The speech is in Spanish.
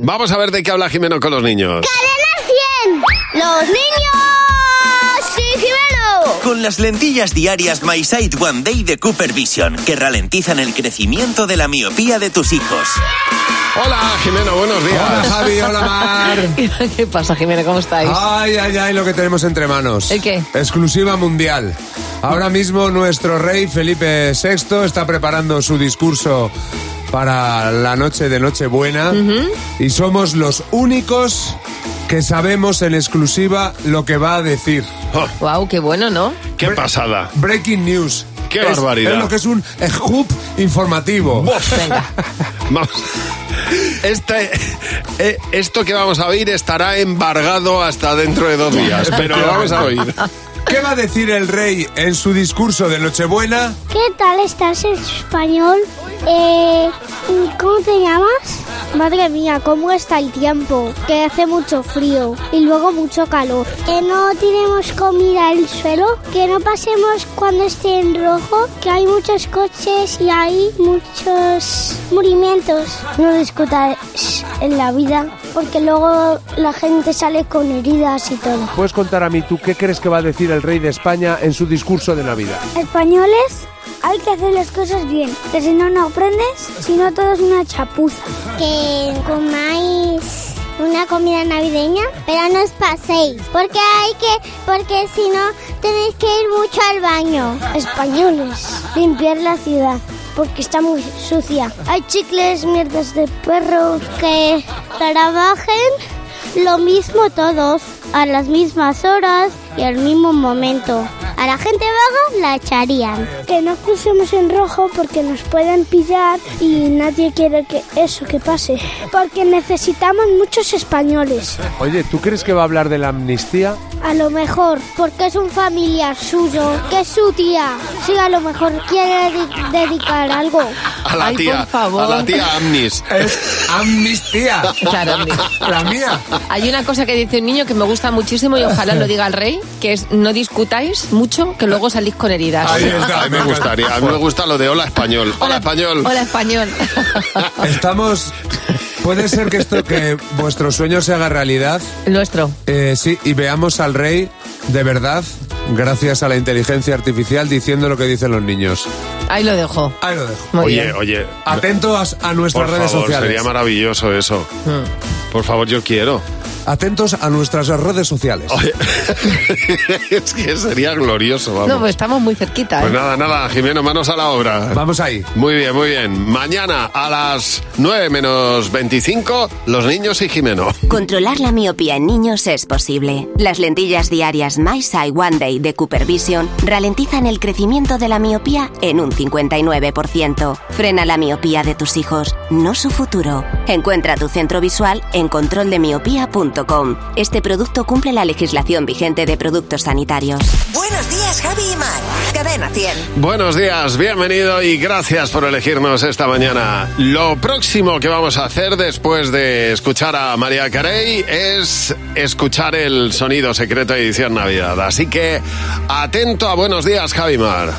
Vamos a ver de qué habla Jimeno con los niños. ¡Cadena 100! ¡Los niños! ¡Sí, Jimeno! Con las lentillas diarias My Sight One Day de Cooper Vision, que ralentizan el crecimiento de la miopía de tus hijos. Hola, Jimeno, buenos días. Hola Javi, hola Mar. ¿Qué pasa, Jimena? ¿Cómo estáis? Ah. Ay, ay, ay, lo que tenemos entre manos. ¿El qué? Exclusiva mundial. Ahora mismo nuestro rey Felipe VI está preparando su discurso para la noche de Nochebuena y somos los únicos que sabemos en exclusiva lo que va a decir. Oh, Guau, qué bueno, ¿no? ¡Qué pasada! Breaking news. ¡Qué Es- barbaridad! Es lo que es un scoop informativo. Venga. Vamos. Este, eh, esto que vamos a oír estará embargado hasta dentro de dos días, pero lo vamos a oír. ¿Qué va a decir el rey en su discurso de Nochebuena? ¿Qué tal estás en español? Eh, ¿Cómo te llamas? Madre mía, ¿cómo está el tiempo? Que hace mucho frío y luego mucho calor. Que no tiremos comida al suelo, que no pasemos cuando esté en rojo, que hay muchos coches y hay muchos murimientos. No discutáis en la vida, porque luego la gente sale con heridas y todo. ¿Puedes contar a mí tú qué crees que va a decir el rey de España en su discurso de Navidad? Españoles, hay que hacer las cosas bien, que si no, no aprendes, si no, todo es una chapuza. Que comáis una comida navideña, pero no os paséis, porque hay que, porque si no, tenéis que ir mucho al baño. Españoles, limpiar la ciudad. Porque está muy sucia. Hay chicles, mierdas de perro. Que trabajen lo mismo todos, a las mismas horas y al mismo momento. A la gente vaga la echarían. Que no crucemos en rojo porque nos pueden pillar y nadie quiere que eso que pase. Porque necesitamos muchos españoles. Oye, ¿tú crees que va a hablar de la amnistía? A lo mejor porque es un familiar suyo, que es su tía. Sí, a lo mejor quiere dedi- dedicar algo. A la Ay, por tía, favor. a la tía Amnis. Es amnistía. Claro, hombre. La mía. Hay una cosa que dice un niño que me gusta muchísimo y ojalá lo diga el rey, que es no discutáis mucho, que luego salís con heridas. Ahí está, A mí me gustaría, a mí me gusta lo de hola español. Hola español. Hola, español. Estamos. Puede ser que esto, que vuestro sueño se haga realidad. El nuestro. Eh, sí, y veamos al rey de verdad, gracias a la inteligencia artificial, diciendo lo que dicen los niños. Ahí lo dejo. Ahí lo dejo. Muy Oye, bien. oye. Atentos a nuestras Por Ah, redes favor, sociales. sería maravilloso eso. Por favor, yo quiero. Atentos a nuestras redes sociales. Oye, es que sería glorioso, vamos. No, pues estamos muy cerquita. Pues ¿eh? nada, nada, Jimeno, manos a la obra. Vamos ahí. Muy bien, muy bien. Mañana a las 9 menos 25, los niños y Jimeno. Controlar la miopía en niños es posible. Las lentillas diarias My Sight One Day de Cooper Vision ralentizan el crecimiento de la miopía en un 59%. Frena la miopía de tus hijos, no su futuro. Encuentra tu centro visual en controldemiopía.com. Este producto cumple la legislación vigente de productos sanitarios. Buenos días, Javi y Mar. Cadena 100. Buenos días, bienvenido y gracias por elegirnos esta mañana. Lo próximo que vamos a hacer después de escuchar a María Carey es escuchar el sonido secreto edición Navidad. Así que atento a Buenos días, Javimar.